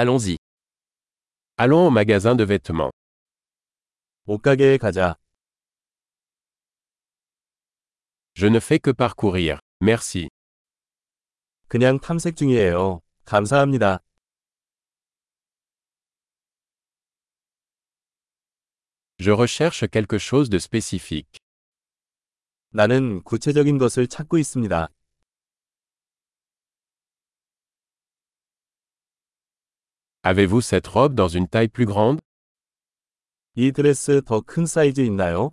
Allons-y. Allons au magasin de vêtements. 옷가게에 가자. Je ne fais que parcourir. Merci. 그냥 탐색 중이에요. 감사합니다. Je recherche quelque chose de spécifique. 나는 구체적인 것을 찾고 있습니다. Avez-vous cette robe dans une taille plus grande 이 드레스 더 큰 사이즈 있나요?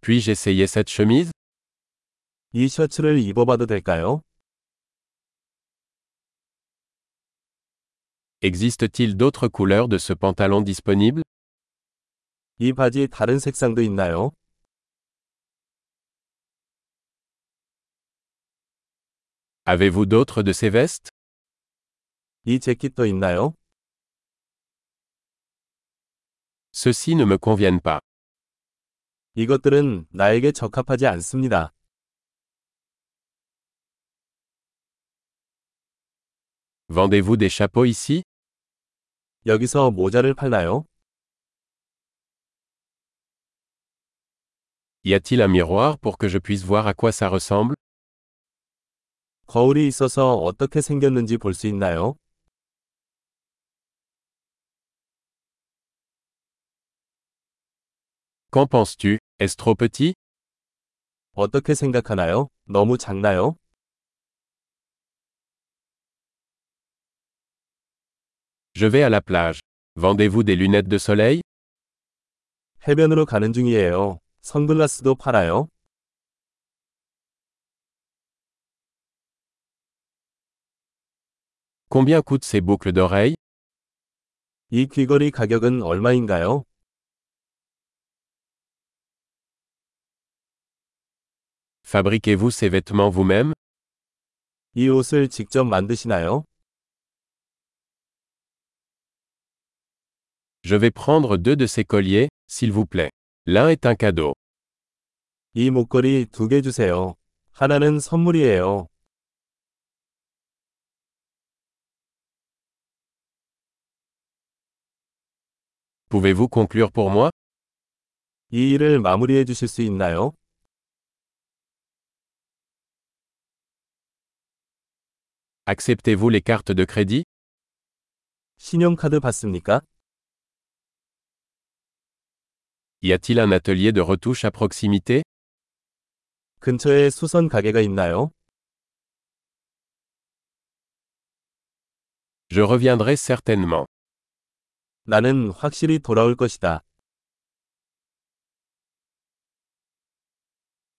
Puis-je essayer cette chemise 이 셔츠를 입어봐도 될까요? Existe-t-il d'autres couleurs de ce pantalon disponible 이 바지 다른 색상도 있나요? Avez-vous d'autres de ces vestes 이 재킷도 있나요? Ceux-ci ne me conviennent pas. 이것들은 나에게 적합하지 않습니다. Vendez-vous des chapeaux ici 여기서 모자를 팔나요? Y a-t-il un miroir pour que je puisse voir à quoi ça ressemble 거울이 있어서 어떻게 생겼는지 볼 수 있나요? Qu'en penses-tu Est-ce trop petit 어떻게 생각하나요? 너무 작나요? Je vais à la plage. Vendez-vous des lunettes de soleil 해변으로 가는 중이에요. 선글라스도 팔아요? Combien coûtent ces boucles d'oreilles 이 귀걸이 가격은 얼마인가요? Fabriquez-vous ces vêtements vous-même 이 옷을 직접 만드시나요? Je vais prendre deux de ces colliers, s'il vous plaît. L'un est un cadeau. 이 목걸이 두 개 주세요. 하나는 선물이에요. Pouvez-vous conclure pour moi 이 일을 마무리해 주실 수 있나요? Acceptez-vous les cartes de crédit 신용카드 받습니까? Y a-t-il un atelier de retouche à proximité 근처에 수선 가게가 있나요? Je reviendrai certainement. 나는 확실히 돌아올 것이다.